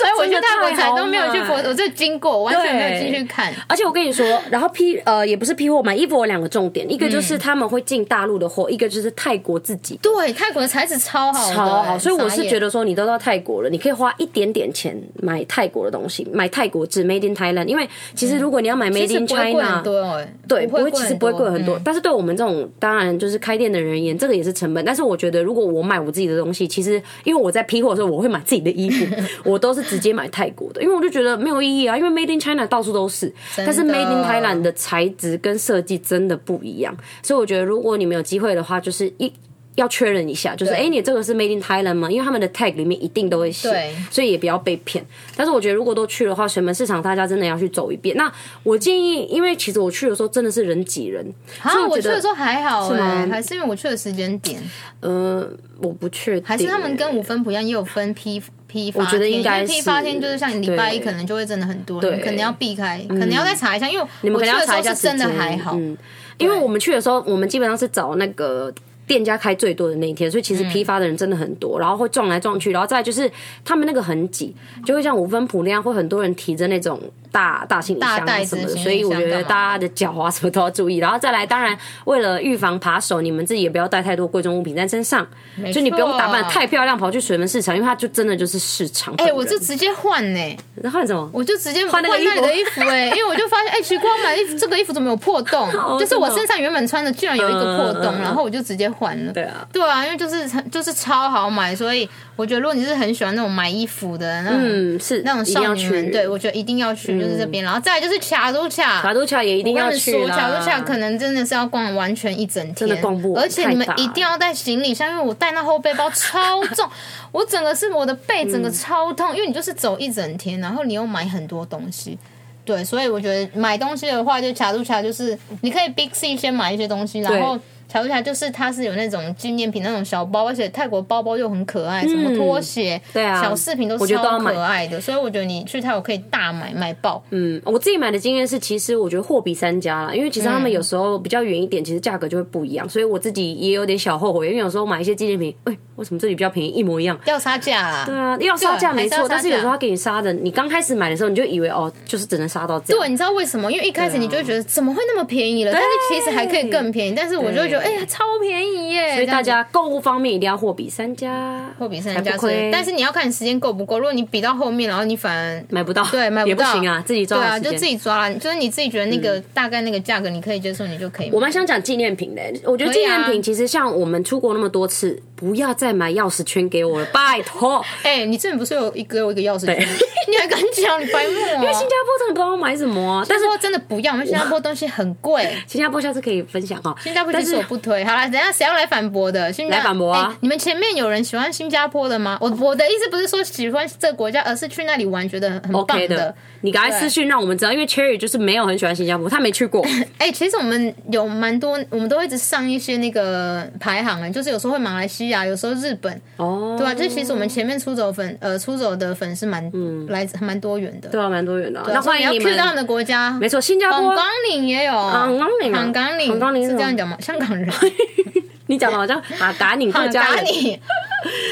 以我去泰国才都没有去佛，
真的太好买
我就经过，我完全没有进去看。
而且我跟你说，然后批呃也不是批货，买衣服有两个重点，一个
嗯
就是他们会进大陆的货，一个就是泰国自己
对，泰国的材质超好的，
超好，所以我
傻
是
眼
觉得说，你都到泰国了，你可以花一点点钱买泰国的东西，买泰国制 Made in Thailand，因为其实如果你要买
嗯哎其
Made
实
in
不会贵
China，
很多哎，
对，不会，
贵
其
很嗯
实不会贵很多。但是对我们这种当然就是开店的人而言，这个也是成本。但是我觉得，如果我买我自己的东西，其实因为我在批货的时候，我会买自己的衣 服，我都是直接买泰国的，因为我就觉得没有意义啊。因为 Made in China 到处都是，
真
但是
的
Made in Thailand 的材质跟设计真的不一样。所以我觉得，如果你们有机会的话，就是一。要确认一下，就是哎、
对
诶你这个是 Made in Thailand 吗？因为他们的 tag 里面一定都会写
对，
所以也不要被骗。但是我觉得如果都去的话，水门市场大家真的要去走一遍。那我建议，因为其实我去的时候真的是人挤人，所以
啊，我去
觉
的
得
时候还好哎
吗，
还是因为我去的时间点，
呃，我不确定，
还是他们跟五分不一样，也有分批批发天。
我觉得应该
因为批发
是
天就是像礼拜一
对
可能就会真的很多，你
对嗯
可能要避开，可能要再查一下，因为
你
你
们可能要查一下时
真的
间
还好。
嗯，因为我们去的时候，我们基本上是找那个。店家开最多的那一天，所以
嗯
其实批发的人真的很多，然后会撞来撞去，然后再来就是他们那个很挤，就会像五分埔那样，会很多人提着那种大大行李箱
大袋
啊
子
什么的，
行李
所以我觉
箱干
得
嘛
大家的脚啊什么都要注意，然后再来，当然为了预防扒手，你们自己也不要带太多贵重物品在身上，就你不用打扮得太漂亮跑去水门市场，因为它就真的就是市场本
哎、
人。
我就直接换呢、
然后你怎么？
我就直接
换那个衣服
那里的衣服 哎、因为我就发现哎、奇怪，我买的衣服这个衣服怎么有破洞？就是我身上原本穿的居然有一个破洞，
哦嗯嗯嗯
然后我就直接换了。
对啊，
对啊，因为就是就是超好买，所以我觉得如果你是很喜欢那种买衣服的那种、
嗯，是
那种
一定
少
要
女
去，嗯
们，对我觉得一定要去，就是这边，然后再来就是卡都卡。
卡杜恰也一定
我
要
跟你
去
说，
啦。嗯
卡都卡可能真的是要逛完全一整天，
真的逛不完
而且你们
太大
一定要带行李箱，因为我带那后 背包超重，我整个是我的
嗯
背整个超痛，因为你就是走一整天，然后你又买很多东西。对，所以我觉得买东西的话，就卡住卡就是你可以 Big C 先买一些东西，然后卡住卡就是它是有那种纪念品那种小包，而且泰国包包又很可爱，什么拖鞋、
嗯对啊
小饰品都
我觉得都
超
要买
可爱的，所以我觉得你去泰国可以大买买爆。
嗯，我自己买的经验是，其实我觉得货比三家啦，因为其实他们有时候比较远一点，其实价格就会不一样，所以我自己也有点小后悔，因为有时候买一些纪念品，哎、为什么这里比较便宜，一模一样？
要杀价啦！对
对啊，要杀价
还
没
是要
错，
杀
但是有
价
时候他给你杀的，你刚开始买的时候你就以为哦，就是只能杀到这样。
对，你知道为什么？因为一开始你
啊
就会觉得怎么会那么便宜了，但是其实还可以更便宜。但是我就会觉得，哎
对
呀，超便宜耶！所
所以大家购物方面一定要货比三家，
货比三
才不
家是
亏，
但是你要看你时间够不够。如果你比到后面，然后你反而
买不到，
对买
也
不
不
到，
行啊，自己抓
对
好
啊，
时
就
间嗯
自。己抓了，就是你自己觉得那个大概那个价格你可以接受，你就可以买。
我蛮想讲纪念品的、我觉得纪念
可以
品
啊
其实像我们出国那么多次，不要再买钥匙圈给我了，拜托。
哎，你之前不是有一给我一 个钥匙圈？你还敢讲？你白目啊！因
因哎为新加坡真的不知道买什么、啊，但
但
是
是真的不要，因为新加坡东西很贵。
新加坡下次可以分享哦。
新加坡
但
其实
是
我不推。好了，等一下谁要来反驳的？新加
来反驳啊
哎你们前面有人喜欢新加坡的吗？我我的意思不是说喜欢这个国家，而是去那里玩觉得很棒
OK 的，你赶快私讯让我们知道，因为 Cherry 就是没有很喜欢新加坡，他没去过。
哎、其实我们有蛮多，我们都会一直上一些那个排行啊，就是有时候会马来西西亚，有时候日本，
哦，
对吧、就其实我们前面出走粉呃出走的粉丝蛮、来自还蛮多元的。
嗯对啊，蛮多元的啊。那
所以
欢迎
你
你
要 Q 到
们
你，的国家，
没错，啊新加
港
坡，
港岭也有，港
港岭啊
港岭，
港港岭是什
是这
么
样讲吗？香港人，
你讲的好像 啊，打你客
港
家
港
人。
岭，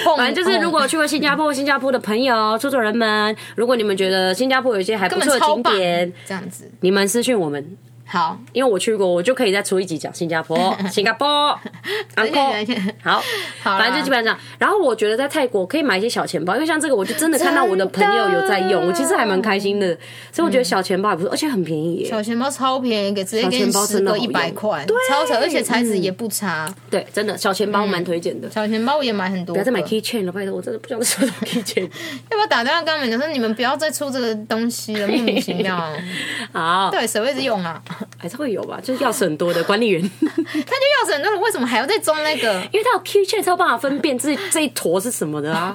反正
嗯
就是，如果去过新加坡，新加坡的朋友、出走人们，如果你们觉得新加坡有一些还
根
不错
本
的
超
景
棒，
点，
这样子
你们私讯我们，
好。
因为我去过，我就可以再出一集讲新加 坡，新加坡 u
谢
n c
谢谢谢
好，
好啦
反正就基本上这样。然后我觉得在泰国可以买一些小钱包，因为像这个，我就真的看到我的朋友有在用，我其实还蛮开心的。所以我觉得小钱包还不错，而且很便宜耶。
小钱包超便宜，给直接
小
给你
钱包
十
真的好
个一
用嗯
百块，超扯，而且材质也不差。
对，真的小钱包蛮推荐的。
小钱包我也买很多，
不要再买
要
keychain 了，拜托，我真的不想再收到 keychain。
不要打电话跟他们讲说你们不要再出这个东西了，莫名其妙，
好，
到底谁会一直用啊？他
还是会有吧，就是钥匙很多的管理员，因
就钥匙很多人，为什么还要再装那个？
为他有 keychain 才有办法分辨这这一坨是什么的 啊。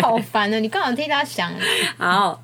好烦啊！你刚好替他想。
好，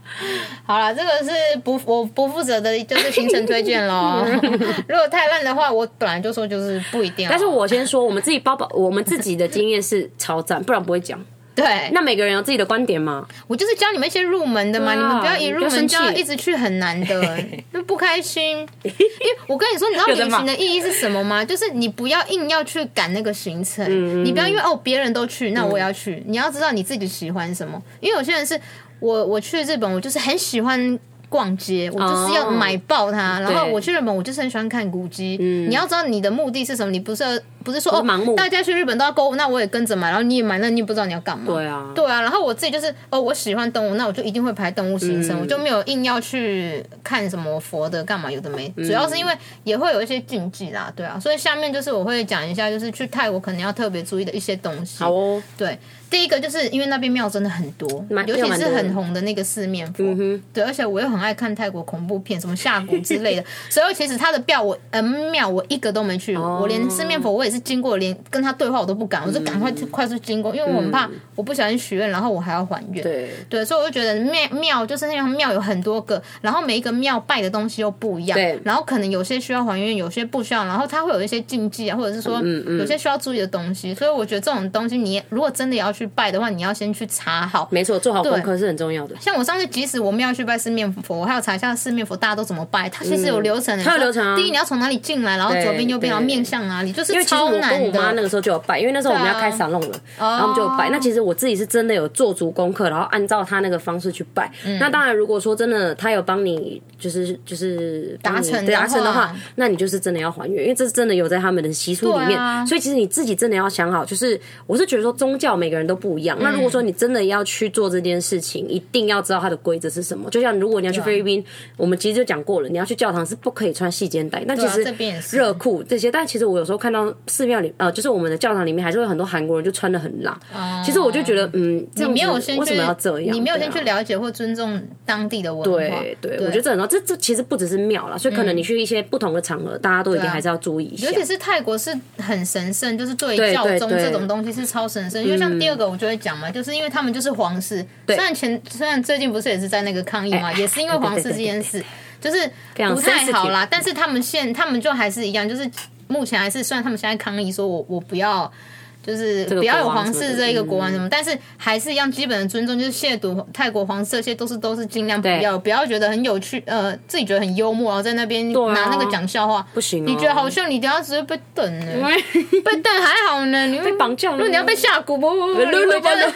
好了，这个是不我不负责的，就是行程推 荐喽。如果太烂的话，我本来就说就是不一定啊。
但是我先说，我们自己包包，我们自己的经验是超赞，不然不会讲。
对，
那每个人有自己的观点嘛？
我就是教你们一些入门的嘛，
对啊
你们不要一入门就要
你不要生气
一直去很难的， 那不开心。因为我跟你说，你知道
有的
旅
嘛
行的意义是什么吗？就是你不要硬要去赶那个行
嗯
程，你不要因为哦别人都去，那我也要去。你要知道你自己喜欢什么，因为有些人是我我去日本，我就是很喜欢。逛街，我就是要
哦
买爆它。然后
对嗯
我去日本，我就是很喜欢看古迹。你要知道你的目的是什么，你不是不是说
不
哦
是盲目
大家去日本都要购物，那我也跟着买，然后你也买，那你也不知道你要干嘛。
对啊
对啊，然后我自己就是哦，我喜欢动物，那我就一定会排动物行
嗯
程，我就没有硬要去看什么佛的干嘛，有的没。
嗯
主要是因为也会有一些禁忌啦，对啊，所以下面就是我会讲一下，就是去泰国可能要特别注意的一些东西。
好哦，
对，第一个就是因为那边庙真的很多，
蛮
尤
庙
其
蛮
是
多嗯的
很红的那个四面佛，对，而且我又很爱看泰国恐怖片，什么下蛊之 类的，所以其实他的庙我呃庙我一个都没去，
哦
我连四面佛我也是经过，连跟他对话我都不敢，我就赶快
嗯
去快速经过，因为我很怕我不小心许愿，然后我还要还愿，
对
对，所以我就觉得庙庙就是那样，庙有很多个，然后每一个庙拜的东西又不一样，
对
然后可能有些需要还愿，有些不需要，然后它会有一些禁忌啊，或者是说
嗯
有些需要注意的东西，所以我觉得这种东西你如果真的要去拜的话，你要先去查好。
没错，做好功课是很重要的。
像我上次，即使我们要去拜四面佛，我还有查一下四面佛大家都怎么拜，它其实有流程的、
它有流程啊
第一，你要从哪里进来，然后
对
左边、右
对
边，然后面向哪里，就是
因为其实
超
我
难
跟我妈那
的。啊哦
个时候就有拜，因为那时候我们要开沙龙了，然后我们就有拜。那其实我自己是真的有做足功课，然后按照她那个方式去拜。
嗯
那当然，如果说真的她有帮你，就是就是帮你
达成的话
达成的话，那你就是真的要还愿，因为这是真的有在他们的习俗里
对
面。
啊
所以其实你自己真的要想好，就是我是觉得说宗教每个人都不一样。那如
嗯
果说你真的要去做这件事情，一定要知道它的规则是什么。就像如果你要去菲律宾，我们其实就讲过了，你要去教堂是不可以穿细肩带，那其实
啊这边也是
热裤这些，但其实我有时候看到寺庙里，呃，就是我们的教堂里面还是会有很多韩国人就穿的很辣。其实我就觉得，嗯，这
哦你
样
没有
子
先去，
为什么要这样？
你没有
对
先
啊
去了解或尊重当地的文化。啊
对对，我觉得这很多，这这其实不只是庙啦，所以可能你去一些不同的场合，大家都一定
嗯啊
还是要注意一下
尤。其是泰国是很神圣，就是对
对
教宗
对嗯
这种东西是超神圣。因为像第二个我就会讲嘛，就是因为他们就是皇室，虽然前虽然最近不是也是在那个抗议嘛，
哎
也是因为皇室这件事就是不太好啦，但是他们现他们就还是一样，就是目前还是虽然他们现在抗议说我我不要。就是
个
不要有
国王
皇
什么
室
的嗯
这一个国王什么，但是还是一样基本的尊重，就是亵渎泰国皇室这些都是都是尽量不
对
要，不要觉得很有趣，呃，自己觉得很幽默，然后在那边
啊
拿那个讲笑话，
不行哦
你觉得好笑，你等下只会被等呢、被等还好呢，你会
被绑架了
如果你要被吓蛊，不不 不，
噜
你回家
噜噜
的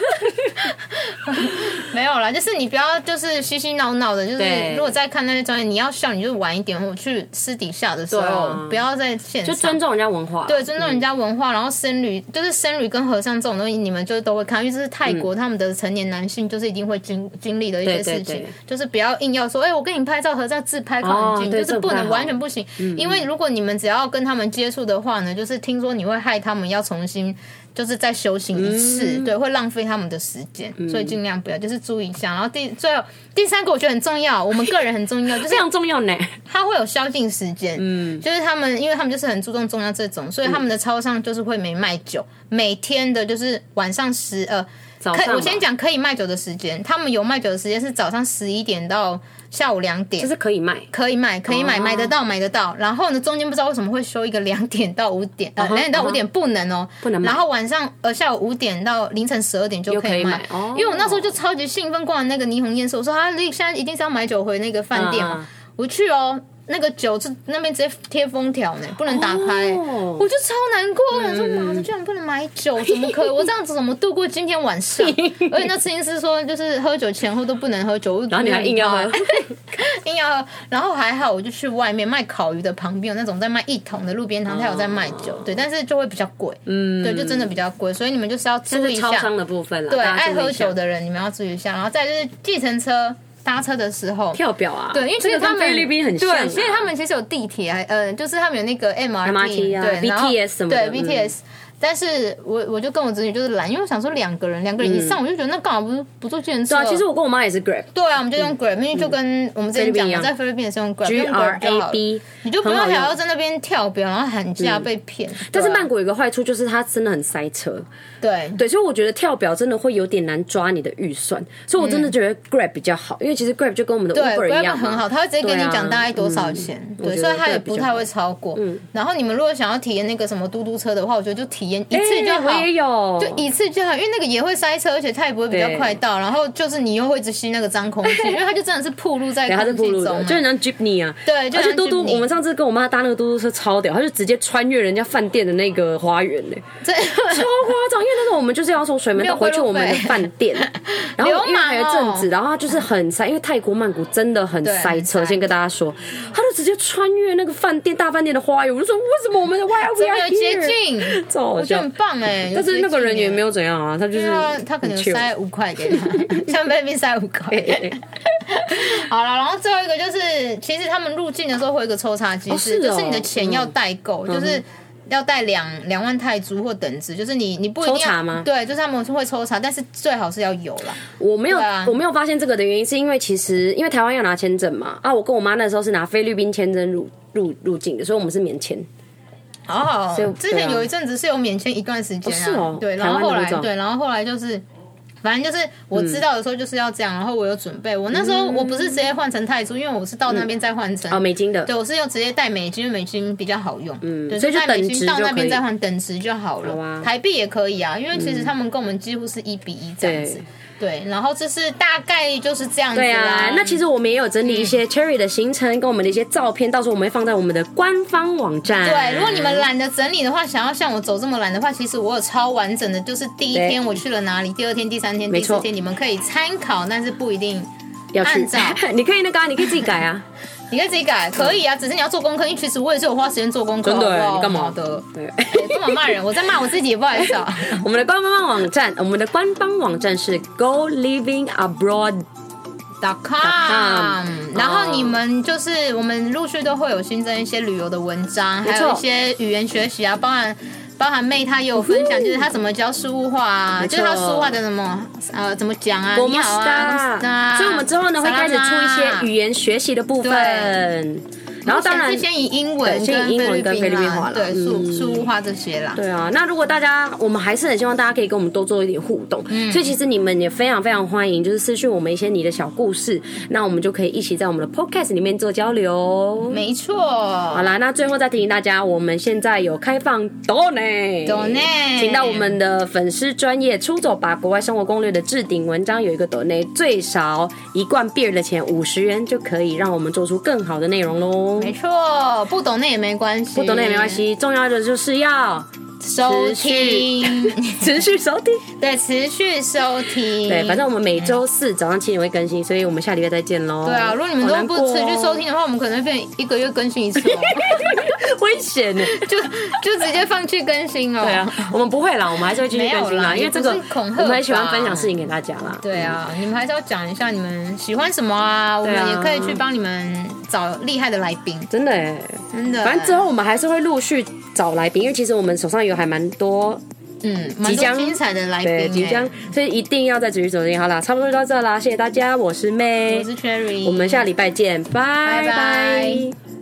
没有啦，就是你不要就是嬉嬉闹闹的，就是
对
如果在看那些专业，你要笑你就晚一点，我去私底下的时候，
对啊
不要在现
就
场
尊。重人家文化，
对，尊重人家文化，然后僧侣就是僧侣跟和尚这种东西，你们就都会看，因为这是泰国他们的成年男性，就是一定会经经历的一些
对对
事情
嗯对，
就是不要硬要说，哎，我跟你拍照，和尚自拍靠很近，
哦对
就是
这
不
不太
能
好嗯
完全不行，因为如果你们只要跟他们接触的话呢，就是听说你会害他们要重新。就是再修行一次，
嗯
对，会浪费他们的时间，所以尽量不要，就是注意一下。然后第最后第三个，我觉得很重要，我们个人很重要，就是
非常重要呢。
它会有宵禁时间，嗯，就是他们，因为他们就是很注重中药这种，所以他们的超商就是会没卖酒，每天的就是晚上十呃
早
可以
上
我先
嘛
讲可以卖酒的时间，他们有卖酒的时间是早上十一点到下午两点
就。是可以卖。
可以买，可以买，
哦
买得到，买得到。然后呢，中间不知道为什么会休一个两点到五点，呃，
嗯哼
两点到
嗯
五
哼
点不能哦，
不能买
然后晚上呃下午五点到凌晨十二点就
又可
以
以
买
买，哦
因为我那时候就超级兴奋，逛完那个霓虹夜市，我说啊，那现在一定是要买酒回那个饭店
嗯
嘛
嗯，
我去哦。那个酒是那边直接贴封条呢，不能打开，
哦
我就超难过。我想
嗯
说，妈的，居然不能买酒，怎么 可以？我这样子怎么度过今天晚上？而且那次音师说，就是喝酒前后都不能喝酒，我就
然后你还硬要
没有
喝
理他 硬要喝，然后还好，我就去外面卖烤鱼的旁边有那种在卖一桶的路边摊，他有在卖酒，
哦
对，但是就会比较贵，嗯，对，就真的比较贵，所以你们就是要注
这
意一
是超
下，
商的部分了，
对，
大家注
爱
意
喝
一下
酒的人你们要注意一下，然后再就是计程车搭车的时候。
跳表啊，
对，因为其
这
实
个跟
他们
菲律宾很像啊，
对，其实他们其实有地铁，还呃，就是他们有那个 MRT，,
MRT 啊
对然后
BTS 什么的
对
嗯
BTS。但是我我就跟我侄女就是懒，因为我想说两个人两个人以上，我就觉得那干嘛不不坐计程
嗯
车？
对啊，其实我跟我妈也是 Grab。
对啊，我们就用 Grab，、因为就跟我们之
嗯菲
前讲
律宾一
的，
样
在菲律宾也是用 Grab，
G
用
R
Grab 就好
A
了
B，
你就不用
很好
还
用嗯
要啊在那边跳表，然后喊价被骗。
但是
对啊
曼谷有一个坏处就是它真的很塞车，
对
对，所以我觉得跳表真的会有点难抓你的预算，所以我真的觉得 Grab 比较好，因为其实 Grab 就跟我们的
嗯对
Uber 一
，Grab
样嘛
很好，他会直接跟你
对啊
讲大概多少钱，
嗯
对，
我觉
所
得
以他也
Grab 比
不
较
太
好嗯
会超过。然后你们如果想要体验那个什么嘟嘟车的话，我觉得就体验一次就
哎
好。
我也有，
就一次就好，因为那个也会塞车，而且它也不会比较
对
快到，然后就是你又会一直吸那个脏 空气，因为它就真的是暴露在
对，它哎是
空
铺
气
路
中
的，
嘛，
就很像 Jeepney 啊。
对就
而且
很像
嘟嘟，
Jeepney
我们上次跟我妈搭那个嘟嘟车超屌，它就直接穿越人家饭店的那个花园呢、
这
超夸张，因为那时候我们就是要从水门
没有
到回去
过路
我
费
们的饭 店，然后因为还有一
流氓哦
阵子，然后它就是很塞，因为泰国曼谷真的很塞
对很
车。
塞
先跟大家说，他就直接穿越那个饭店大饭店的花园，我就说为什 么我们的 Why are
这没
we
有
are
接
here？
近，
超好
我觉得
笑
很。棒哎。
但是那个人也
有接近耶
没有怎样啊，他就是
对啊，他可能
很 chill
塞五块给 他，像菲律宾塞五块。 好了，然后最后一个就是，其实他们入境的时候会有一个抽查机制，
哦是哦嗯
就是你的钱要代购，就是。要带两两万泰铢或等值，就是你你不一定要
抽查吗
对，就是他们会抽查，但是最好是要有啦。
我没有、
对啊
我没有发现这个的原因，是因为其实因为台湾要拿签证嘛，啊，我跟我妈那时候是拿菲律宾签证入入入境的，所以我们是免签。
哦
所以，
之
对
前
啊
有一阵子是有免签一段时间啊，
哦是哦
对，然后
台
后
湾的那
来
种
对，然后后来就是。反正就是我知道的时候就是要这样，然后我有准备。我那时候
嗯
我不是直接换成泰铢，因为我是到那边再换成
哦，美金的
对，我是要直接带美金，因为美金比较好用，嗯
所以就
带美
等
金
值
到
就
那
可
边
以
再换等值就好了。
好啊嗯
台币也可以啊，因为其实他们跟我们几乎是一比一这样子
对。
对，然后就是大概就是这样子
对
啦嗯
啊，。那其实我们也有整理一些 Cherry 的行程跟我们的一些照片，到时候我们会放在我们的官方网站。
对，如果你们懒得整理的话，想要像我走这么懒的话，其实我有超完整的，就是第一
对
天我去了哪里，第二天、第三天、第
没错
四天，你们可以参考，但是不一定。
要去
按照，
你可以那个、啊，你可以自己改啊。
你可以自己改，可以啊，只是你要做功课。因为其实我也是有花时间做功课，
真的欸
好不好
你干嘛
好的？
对，
哎这么骂人，我在骂我自己，不好意思啊。
我们的官方网站，我们的官方网站是 Go Living Abroad。
com，
com
然后你们就是我们陆续都会有新增一些旅游的文章，
没
还
错
有一些语言学习啊，包含包含妹她也有分享，就是她怎么教事物化啊，
嗯没
就
错
是她书画的什么呃怎么讲啊，
我
你
们
好啊，
star，所以我们之后呢会开始出一些语
言，
言学习的部分
对，
然后当然
是先以英文
对先以英文
跟
跟菲律宾
啊
话啦
对
嗯
树树物化这些啦，
对啊，那如果大家，我们还是很希望大家可以跟我们多做一点互动，
嗯
所以其实你们也非常非常欢迎，就是私讯我们一些你的小故事，那我们就可以一起在我们的 podcast 里面做交流。
没错，
好啦，那最后再提醒大家，我们现在有开放 Donate
Donate
请到我们的粉丝专业出走吧国外生活攻略的置顶文章有一个 Donate，最少一罐 beer 的钱五十元就可以让我们做出更好的内容喽。
没错，不懂那也没关系，
不 Donate 也没关，系，重要的就是要
收
持续
听。
持续收听。
对，持续收听。
对，反正我们每周四早上七点会更新，所以我们下礼拜再见喽。
对啊，如果你们都
好
不
难过
持
哦
续收，听的话，我们可能会变一个月更新一次哦，
危险呢。
就就直接放弃更新哦。
对啊，我们不会啦，我们还是会继续更
没
新
有啦
啦，因为这个
也不是
我
恐吓吧
们很喜欢分享事情给大家啦。
对啊，你们还是要讲一下你们喜欢什么啊，我们
对啊
也可以去帮你们找厉害的来宾，
真的哎，
真的。
反正之后我们还是会陆续找来宾，因为其实我们手上有还蛮多，
嗯，蛮
即
多
将
精彩的来宾
对，
欸，
即将，所以一定要再持续收听。好啦，差不多就到
欸
这啦，谢谢大家，我是妹
我，是 Cherry，
我们下礼拜见，拜
拜拜